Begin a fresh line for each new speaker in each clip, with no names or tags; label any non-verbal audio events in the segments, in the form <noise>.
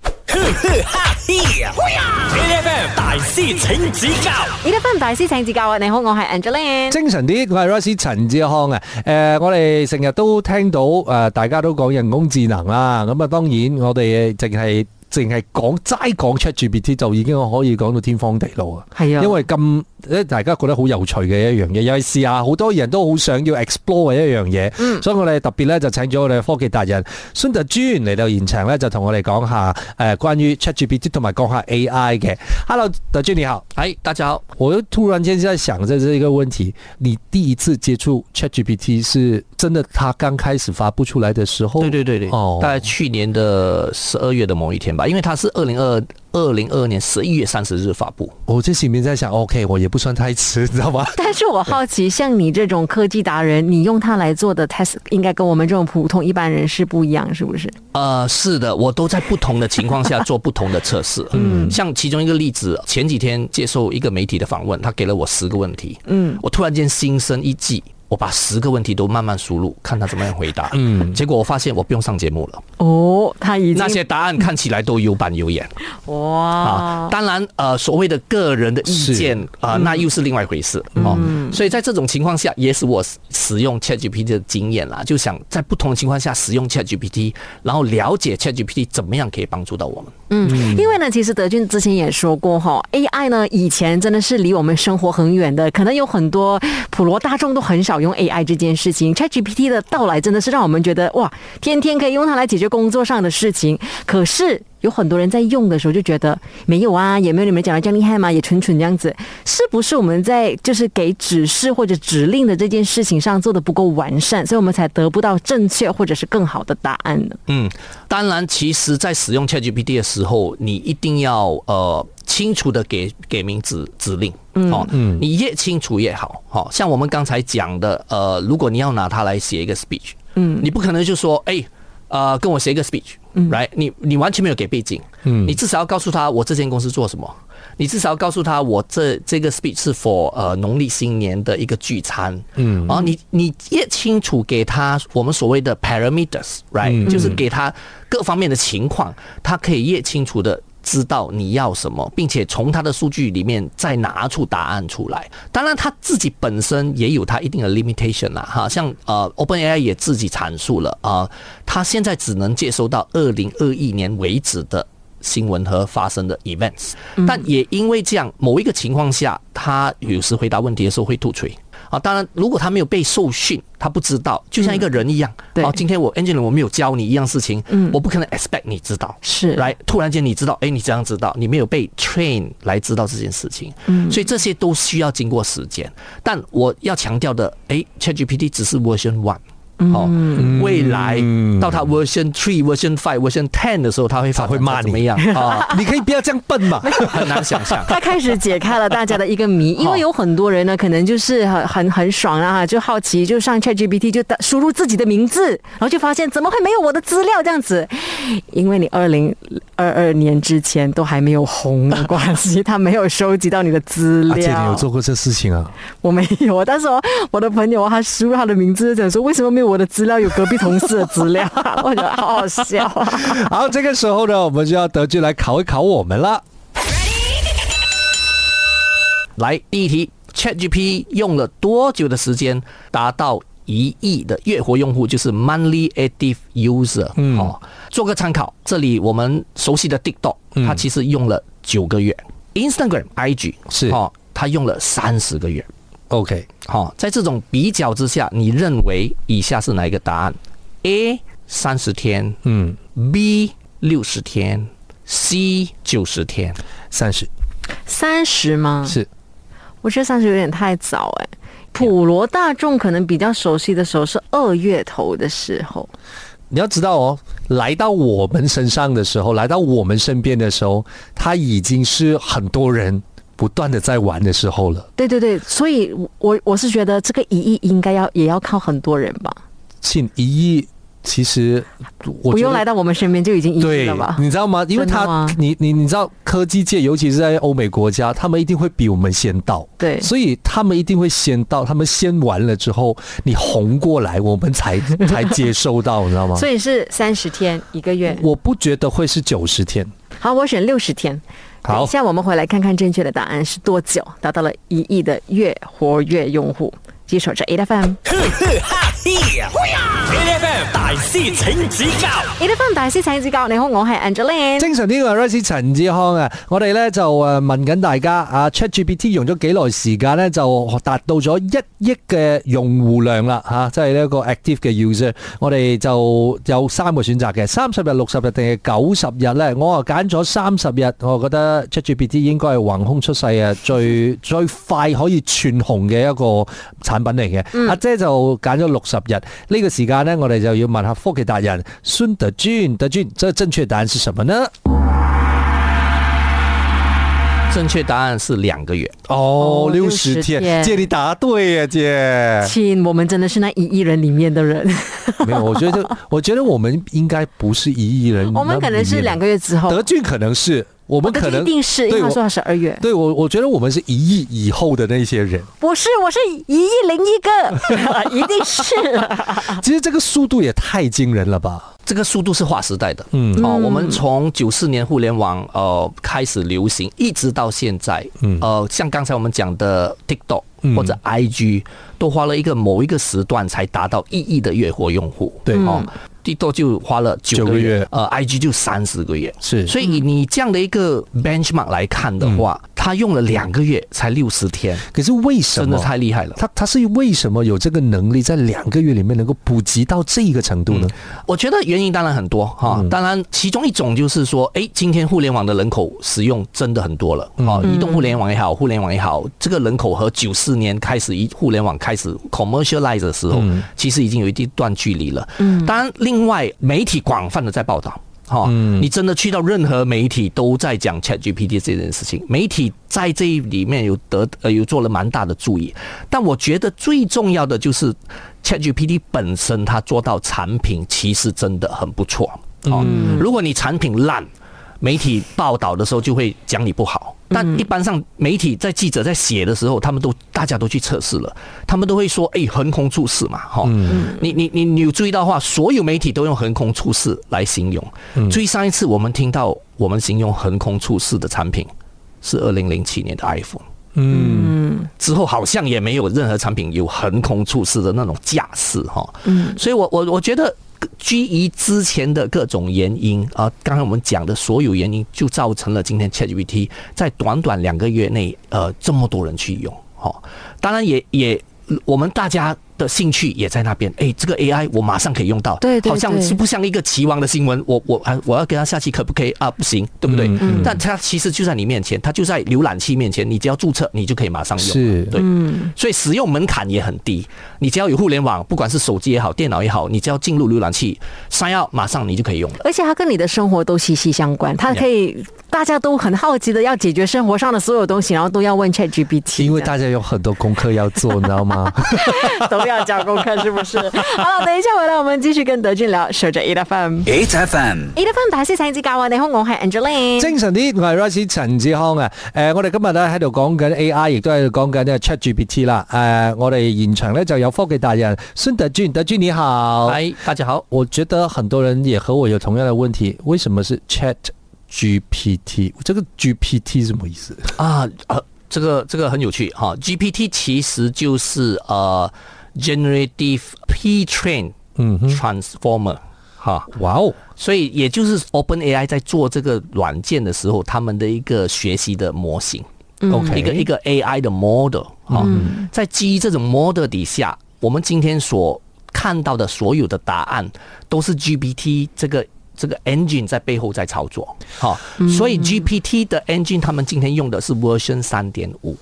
呵呵哈嘿哎呀！A F M 大師請指教
而家分大師請指教啊！你好，我係 Angeline。
精神啲，我係 Royce 陳志康啊。誒、我哋成日都聽到誒、呃大家都講人工智能啦。咁啊，當然我哋淨係淨係講齋講 ChatGPT 就已經可以講到天荒地老啊。
係啊，
因為咁咧，大家覺得好有趣嘅一樣嘢，尤其是啊，好多人都好想要 explore 嘅一樣嘢，所以我哋特別咧就請咗我哋嘅科技達人孫特專嚟到現場咧，就同我哋講下誒、呃、關於 ChatGPT 同埋講下 AI 嘅。Hello，特專你好。
哎，大家好，
我又突然间在想着这个问题：你第一次接触 ChatGPT 是真的，它刚开始发布出来的时候？
对对对对，
哦
大概去年的十二月的某一天吧，因为它是二零二二零二二年十一月三十日发布，
我这心里面在想，OK，我也不算太迟，你知道吗？
但是我好奇，像你这种科技达人，你用它来做的 test，应该跟我们这种普通一般人是不一样，是不是？
呃，是的，我都在不同的情况下做不同的测
<laughs>
试。嗯，像其中一个例子，前几天接受一个媒体的访问，他给了我十个问题。嗯，我突然间心生一计，我把十个问题都慢慢输入，看他怎么样回答。嗯，结果我发现我不用上节目了，
哦，它已经
那些答案看起来都有板有眼。啊
哇，，
当然，呃，所谓的个人的意见
是
啊、那又是另外一回事哦。所以在这种情况下，也是我使使用 ChatGPT 的经验啦，就想在不同的情况下使用 ChatGPT，然后了解 ChatGPT 怎么样可以帮助到我们。
嗯，因为呢，其实德俊之前也说过哈，AI 呢以前真的是离我们生活很远的，可能有很多普罗大众都很少用 AI 这件事情。ChatGPT 的到来真的是让我们觉得哇，天天可以用它来解决工作上的事情。可是有很多人在用的时候就觉得没有啊，也没有你们讲的这样厉害嘛，也蠢蠢这样子。是不是我们在就是给指示或者指令的这件事情上做的不够完善，所以我们才得不到正确或者是更好的答案呢？
嗯，当然，其实，在使用 ChatGPT 的时候，你一定要呃清楚的给给明指指令，哦，你越清楚越好，哦，像我们刚才讲的，呃，如果你要拿它来写一个 speech，嗯，你不可能就说，哎，呃，跟我写一个 speech，嗯，right，你你完全没有给背景，嗯，你至少要告诉他我这间公司做什么。你至少要告诉他，我这这个 speech 是 for 呃农历新年的一个聚餐，嗯，然后你你越清楚给他我们所谓的 parameters，right，、就是给他各方面的情况，他可以越清楚的。知道你要什么，并且从他的数据里面再拿出答案出来。当然，他自己本身也有他一定的 limitation 啦，哈，像呃，OpenAI 也自己阐述了啊、呃他现在只能接收到二零二一年为止的新闻和发生的 events，但也因为这样，某一个情况下，他有时回答问题的时候会吐锤。啊，当然，如果他没有被受训，他不知道，就像一个人一样。
对
啊，今天我 Angela 我没有教你一样事情，嗯，我不可能 expect 你知道，
是
来突然间你知道，哎，你这样知道，你没有被 train 来知道这件事情，嗯，所以这些都需要经过时间。但我要强调的，哎，ChatGPT 只是 version one。哦，未来到它 version three、version five、version ten 的时候，它会发
嗯它会骂
展成怎么
你
样
<laughs>
啊？
你可以不要这样笨嘛。
很难想象。
他开始解开了大家的一个
<laughs>
谜，因为有很多人呢，可能就是很很很爽啊，哈就好奇，就上 ChatGPT 就打输入自己的名字，然后就发现怎么会没有我的资料这样子？因为你二零二二年之前都还没有红的关系，他没有收集到你的资料。
而且你有做过这事情啊？
我没有啊，但是哦，我的朋友啊，他输入他的名字，就想说为什么没有我的资料，有隔壁同事的资料？ <laughs> 我觉得好好笑啊。
<laughs> 好，这个时候呢，我们就要德军来考一考我们了。
来，第一题，ChatGPT 用了多久的时间达到一亿的月活用户，就是 monthly active user？嗯，哦，做个参考。这里我们熟悉的 TikTok，它
嗯
其实用了九个月、i n s t a g r a m IG
是
哦，它用了三十个月。
OK，
好、在这种比较之下，你认为以下是哪一个答案？A 三十天，
嗯
，B 六十天，C 九十天。
三十
三十吗？
是
我觉得三十有点太早哎、普罗大众可能比较熟悉的时候是二月头的时候，
你要知道哦，来到我们身上的时候，来到我们身边的时候，它已经是很多人不断的在玩的时候了。
对对对，所以我我我是觉得这个一亿应该要也要靠很多人吧，
近一亿，其实我
不
觉
用
得
来到我们身边就已经一亿
对
了吧，？
你知道吗？因为
真的
他
吗，
你你你知道，科技界尤其是在欧美国家，他们一定会比我们先到，
对
所以他们一定会先到，他们先完了之后，你红过来，我们才才接收到，你知道吗？
所以是三十天一个月，
我不觉得会是九十天，
好，我选六十天。
好
等一下我们回来看看正确的答案是多久达到了一亿的月活跃用户。继续守着 A F M。
A F M 大师请指教
A F M 大師請指教，你好，我係 Angeline。
精神呢個係 Rice 陳志康啊，我哋咧就誒問緊大家啊，ChatGPT 用咗幾耐時間咧就達到咗一億嘅用戶量啦嚇、啊即係呢一個 active 嘅 user。我哋就有三個選擇嘅，三十日、六十日定係九十日咧？我啊揀咗三十日，我覺得 ChatGPT 應該係橫空出世啊，最 <laughs> 最快可以串紅嘅一個產品嚟嘅。阿、姐就揀咗六十日，呢、個時間咧我哋就要問下科技達人孫德俊，德俊，這正確答案是什麼呢？
正确答案是两个月。
哦
哦，
六
60
十
天。
天，姐你答对呀，姐
亲，我们真的是那一亿人里面的
嗯
人，
<laughs> 没有，我觉得，我觉得我们应该不是一亿人，
我们可能是两
个，
个月之后，
德俊可能是，我们
我
可
的
能
一定是，因为
对
他说
我，
他十二月，
对我，我觉得我们是一亿以后的那些人。
不是，我是一亿零一
<laughs>
个，一定是。啊
其实这个速度也太惊人了吧？
这个速度是划时代的，
嗯
哦，我们从九四年互联网呃开始流行，一直到现在，
嗯
呃，像刚才我们讲的 TikTok
嗯
或者 IG，、都花了一个某一个时段才达到一亿的月活用户，
对
哦，TikTok 就花了九个
九个
月
月，
呃，IG 就三十个月，
是
所以以你这样的一个 benchmark 来看的话，
嗯
他用了两个月才六十天，
可是为什
真的
么？
太厉害了。
他他是为什么有这个能力，在两个月里面能够普及到这个程度呢？
我觉得原因当然很多哈、当然其中一种就是说，哎，今天互联网的人口使用真的很多了啊、移动互联网也好，互联网也好，这个人口和九四年开始一互联网开始 commercialize 的时候，其实已经有一段距离了。嗯，当然，另外媒体广泛的在报道。哈、你真的去到任何媒体都在讲 ChatGPT 这件事情，媒体在这里面有得呃有做了蛮大的注意，但我觉得最重要的就是 ChatGPT 本身它做到产品其实真的很不错哦。如果你产品烂，媒体报道的时候就会讲你不好。但一般上，媒体在记者在写的时候，他们都大家都去测试了，他们都会说：“哎，横空出世嘛，哈、你你你你有注意到的话，所有媒体都用横空出世来形容。最上一次我们听到我们形容横空出世的产品是二零零七年的 iPhone。
嗯，
之后好像也没有任何产品有横空出世的那种架势哈。嗯，所以我我我觉得基于之前的各种原因啊，刚才我们讲的所有原因，就造成了今天 ChatGPT 在短短两个月内，呃，这么多人去用哈、哦。当然也也我们大家。的兴趣也在那边，哎，这个 AI 我马上可以用到，
对对
好像
对
是不像一个棋王的新闻，我我还我要跟他下棋可不可以啊？不行，对不对？
嗯嗯
但它其实就在你面前，它就在浏览器面前，你只要注册，你就可以马上用了。
是
对，所以使用门槛也很低。你只要有互联网，不管是手机也好，电脑也好，你只要进入浏览器，sign up 马上你就可以用了。
而且它跟你的生活都息息相关，它可以，大家都很好奇的要解决生活上的所有东西，然后都要问 Chat GPT，
<laughs> 因为大家有很多功课要做，你知道吗？
都要交功课，是不是？好了，等一下回来我们继续跟德俊聊，守着 A F M。
，H F M。
A F M 大師請指教啊！你好，我係 Angeline。
精神啲，我係 Rice 陳志康啊。誒、我哋今日咧喺度講緊 AI，亦都喺度講緊呢 ChatGPT 啦。誒、我哋現場咧就有科技達人孫德俊，德俊你好。
嗨，哎大家好，
我覺得很多人也和我有同樣的問題，為什麼是 Chat GPT？這個 GPT 什麼意思？
啊，呃，这个这个很有趣哈、GPT 其实就是呃，generative P train
嗯哼，
transformer 哈、
哇哦，
所以也就是 OpenAI 在做这个软件的时候，他们的一个学习的模型、
OK
一个一个 AI 的 model 哈、在基于这种 model 底下，我们今天所看到的所有的答案，都是 GPT 这个这个 engine 在背后在操作，哈、所以 GPT 的 engine 他们今天用的是 version 三点五。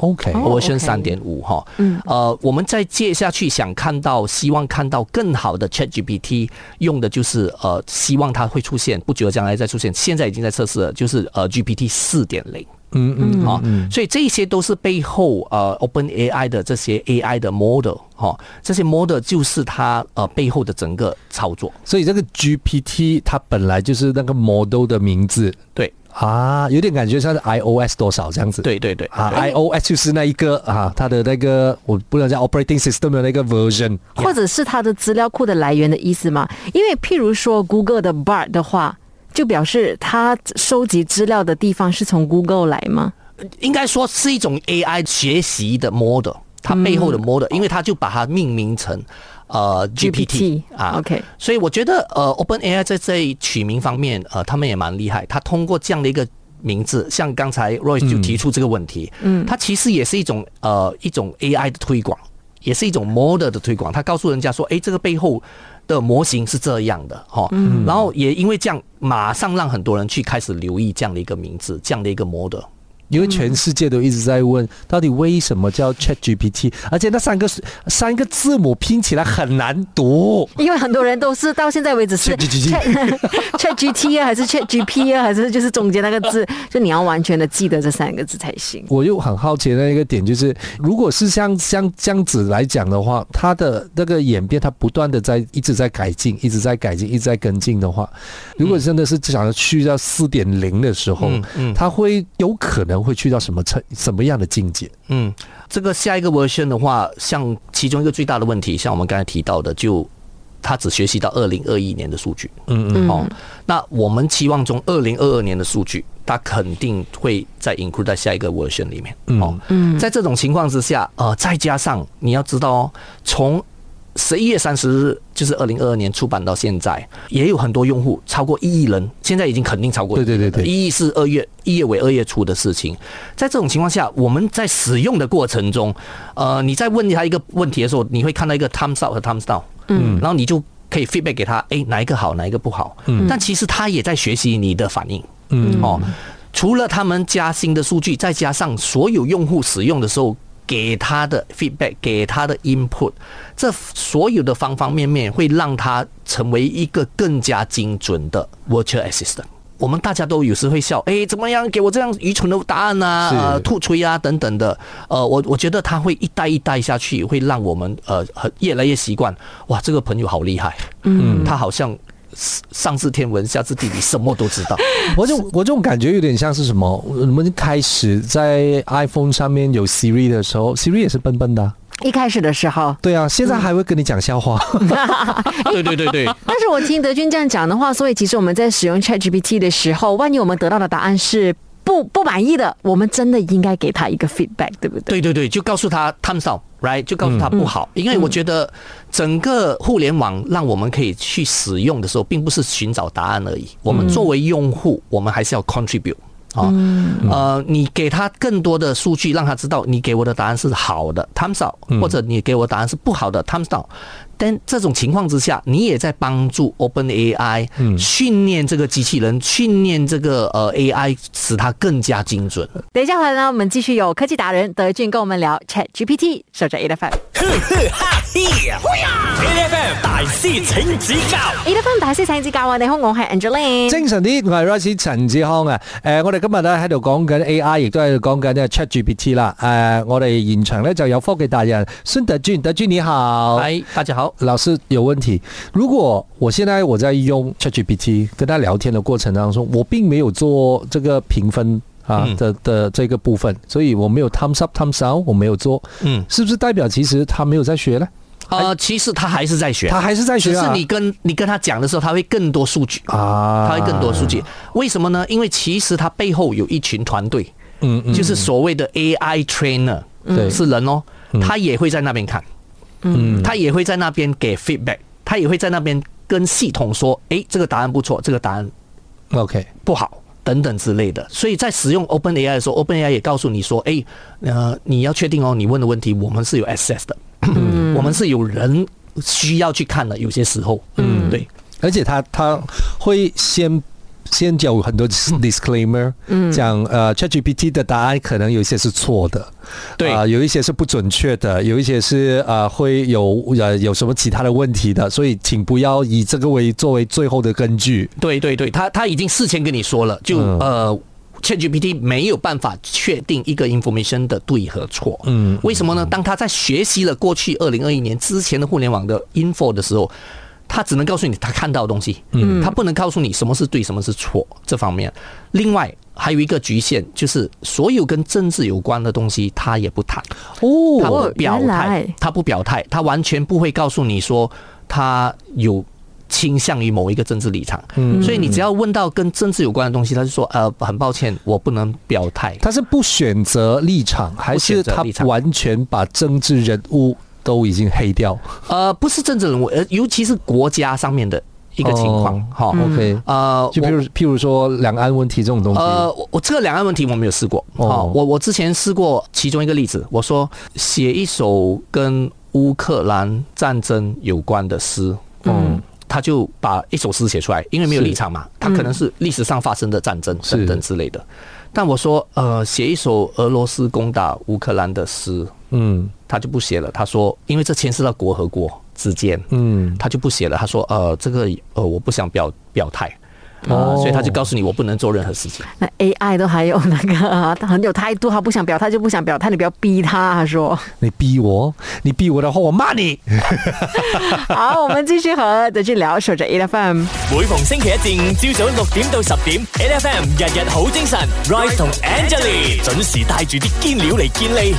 ，OK，
哦
version 三
OK
点五哈，嗯，呃，我们再接下去想看到，希望看到更好的 ChatGPT 用的就是呃，希望它会出现，不久的将来再出现，现在已经在测试了，就是呃 GPT 四点零。
嗯嗯
啊，所以这些都是背后呃 Open AI 的这些 AI 的 model 哈、这些 model 就是它呃背后的整个操作。
所以这個 GPT 它本來就是那個 model 的名字
对
啊，有點感覺像是 iOS 多少這樣子。。
对对对，
啊，iOS 就是那一个啊，它的那个我不能叫 operating system 的那个 version，
或者是它的资料库的来源的意思吗？因为譬如说 Google 的 Bard 的话，就表示他收集资料的地方是从 Google 来吗？
应该说是一种 AI 学习的 model，它背后的 model，、因为它就把它命名成呃
GPT
GPT 啊
OK
所以我觉得呃 OpenAI 在这一取名方面呃他们也蛮厉害，它通过这样的一个。名字，像刚才 Royce 就提出这个问题，嗯，它其实也是一种呃一种 AI 的推广，也是一种 model 的推广。它告诉人家说，诶，这个背后的模型是这样的，哈、然后也因为这样，马上让很多人去开始留意这样的一个名字，这样的一个 model。
因为全世界都一直在问，到底为什么叫 Chat GPT？而且那三个三个字母拼起来很难读。
因为很多人都是到现在为止是
ChatGPT
Chat
<laughs>
Chat GT 啊，还是 Chat GP 啊，还是就是中间那个字，就你要完全的记得这三个字才行。
我又很好奇的一个点就是，如果是像像这样子来讲的话，它的那个演变，它不断的在一直在改进，一直在改进，一直在跟进的话，如果真的是想要去到四点零的时候，它会有可能会去到什么程什么样的境界？
嗯，这个下一个 version 的话，像其中一个最大的问题，像我们刚才提到的，就它只学习到二零二一年的数据。嗯嗯。哦，那我们期望中二零二二年的数据，它肯定会再 include 在下一个 version 里面。哦，嗯，在这种情况之下，呃，再加上你要知道哦，从十一月三十日，就是二零二二年出版到现在，也有很多用户超过一亿人，现在已经肯定超过
对对对对
一亿是二月一月尾二月初的事情。在这种情况下，我们在使用的过程中，呃，你在问他一个问题的时候，你会看到一个 thumbs up 和 thumbs down，嗯，然后你就可以 feedback 给他，哎诶，哪一个好，哪一个不好，嗯，但其实他也在学习你的反应，嗯，哦，除了他们加新的数据，再加上所有用户使用的时候。给他的 feedback，给他的 input，这所有的方方面面会让他成为一个更加精准的 virtual assistant。我们大家都有时会笑，诶，怎么样给我这样愚蠢的答案啊？
是
呃，吐吹啊等等的。呃，我我觉得他会一代一代下去，会让我们呃很越来越习惯。哇，这个朋友好厉害，嗯，他好像上知天文，下知地理，什么都知道。
我这种我这种感觉有点像是什么？我们开始在 iPhone 上面有 Siri 的时候，Siri 也是笨笨的啊、
一开始的时候，
对啊，现在还会跟你讲笑话。
<laughs> 对对对对，
但是我听德军这样讲的话，所以其实我们在使用 Chat GPT 的时候，万一我们得到的答案是不不满意的，我们真的应该给他一个 feedback，对不对？
对对对，就告诉他 thumbs up，right，就告诉他不好，因为我觉得整个互联网让我们可以去使用的时候，并不是寻找答案而已。我们作为用户，我们还是要 contribute。啊，呃，你给他更多的数据，让他知道你给我的答案是好的，thumbs up，或者你给我答案是不好的，thumbs down。但这种情况之下，你也在帮助 Open AI 训练这个机器人，训练这个呃 AI，使它更加精准。
等一下回来呢，我们继续有科技达人德俊跟我们聊 Chat GPT，守着 A F M。
哈嘿呀！A F M 大师请指教
A F M 大師請指教啊！你好，我係 Angeline。
精神啲，我係 Rice 陳志康啊。誒、我哋今日咧喺度講緊 AI，亦都喺度講緊咧 ChatGPT 啦。誒、我哋現場咧就有科技達人孫德俊，德俊你好。
哎，大家好。
老师有问题。如果我现在我在用 ChatGPT 跟他聊天的过程当中，我并没有做这个评分啊
嗯
的的这个部分，所以我没有 thumbs up thumbs down，我没有做，
嗯
是不是代表其实他没有在学呢？
呃，其实他还是在学，
哎他还是在学啊
只是你跟你跟他讲的时候，他会更多数据
啊
他会更多数据。为什么呢？因为其实他背后有一群团队，
嗯嗯，
就是所谓的 AI trainer，
对嗯
是人哦，他也会在那边看，嗯，他也会在那边给 feedback，他也会在那边跟系统说，诶，这个答案不错，这个答案
OK。
不好等等之类的。所以在使用 OpenAI 的时候，OpenAI 也告诉你说，哎，呃，你要确定哦，你问的问题我们是有 access 的，我们是有人需要去看的，有些时候，嗯，对。
而且他他会先先有很多
嗯
disclaimer，讲呃 ChatGPT 的答案可能有一些是错的，
对
啊、有一些是不准确的，有一些是呃会有呃有什么其他的问题的，所以请不要以这个为作为最后的根据。
对对对，他他已经事先跟你说了，就、
嗯
呃。ChatGPT 没有办法确定一个 information 的对和错，
嗯，
为什么呢？当他在学习了过去二零二一年之前的互联网的 info 的时候，他只能告诉你他看到的东西，嗯，他不能告诉你什么是对，什么是错这方面。另外还有一个局限就是，所有跟政治有关的东西他也不谈，他
哦，
不表态
原来，
他不表态，他完全不会告诉你说他有倾向于某一个政治立场，所以你只要问到跟政治有关的东西，他就说呃，很抱歉，我不能表态。
他是不选择立场，还是
不选择
他
立场
完全把政治人物都已经黑掉？
呃，不是政治人物，呃，尤其是国家上面的一个情况，哈、
OK，
呃，
就譬如譬如说两岸问题这种东西，
呃，我我这个两岸问题我没有试过。
哦
哦，我我之前试过其中一个例子，我说写一首跟乌克兰战争有关的诗，嗯，他就把一首诗写出来，因为没有立场嘛，他可能是历史上发生的战争
是
等等之类的。但我说，呃，写一首俄罗斯攻打乌克兰的诗，
嗯
他就不写了。他说，因为这牵涉到国和国之间，
嗯，
他就不写了。他说，呃，这个呃，我不想表表态，
哦
哦，所以他就告诉你，我不能做任何事情。
那 AI 都还有那个、啊、他很有态度，他不想表态就不想表态，你不要逼他。他说，
你逼我，你逼我的话，我骂你。
好，我们继续和德俊聊，守着 A F M。
每逢星期一至五朝早六點到十點，N F M 日日好精神，Rise 同 Angelie 準時帶住啲堅料嚟健利。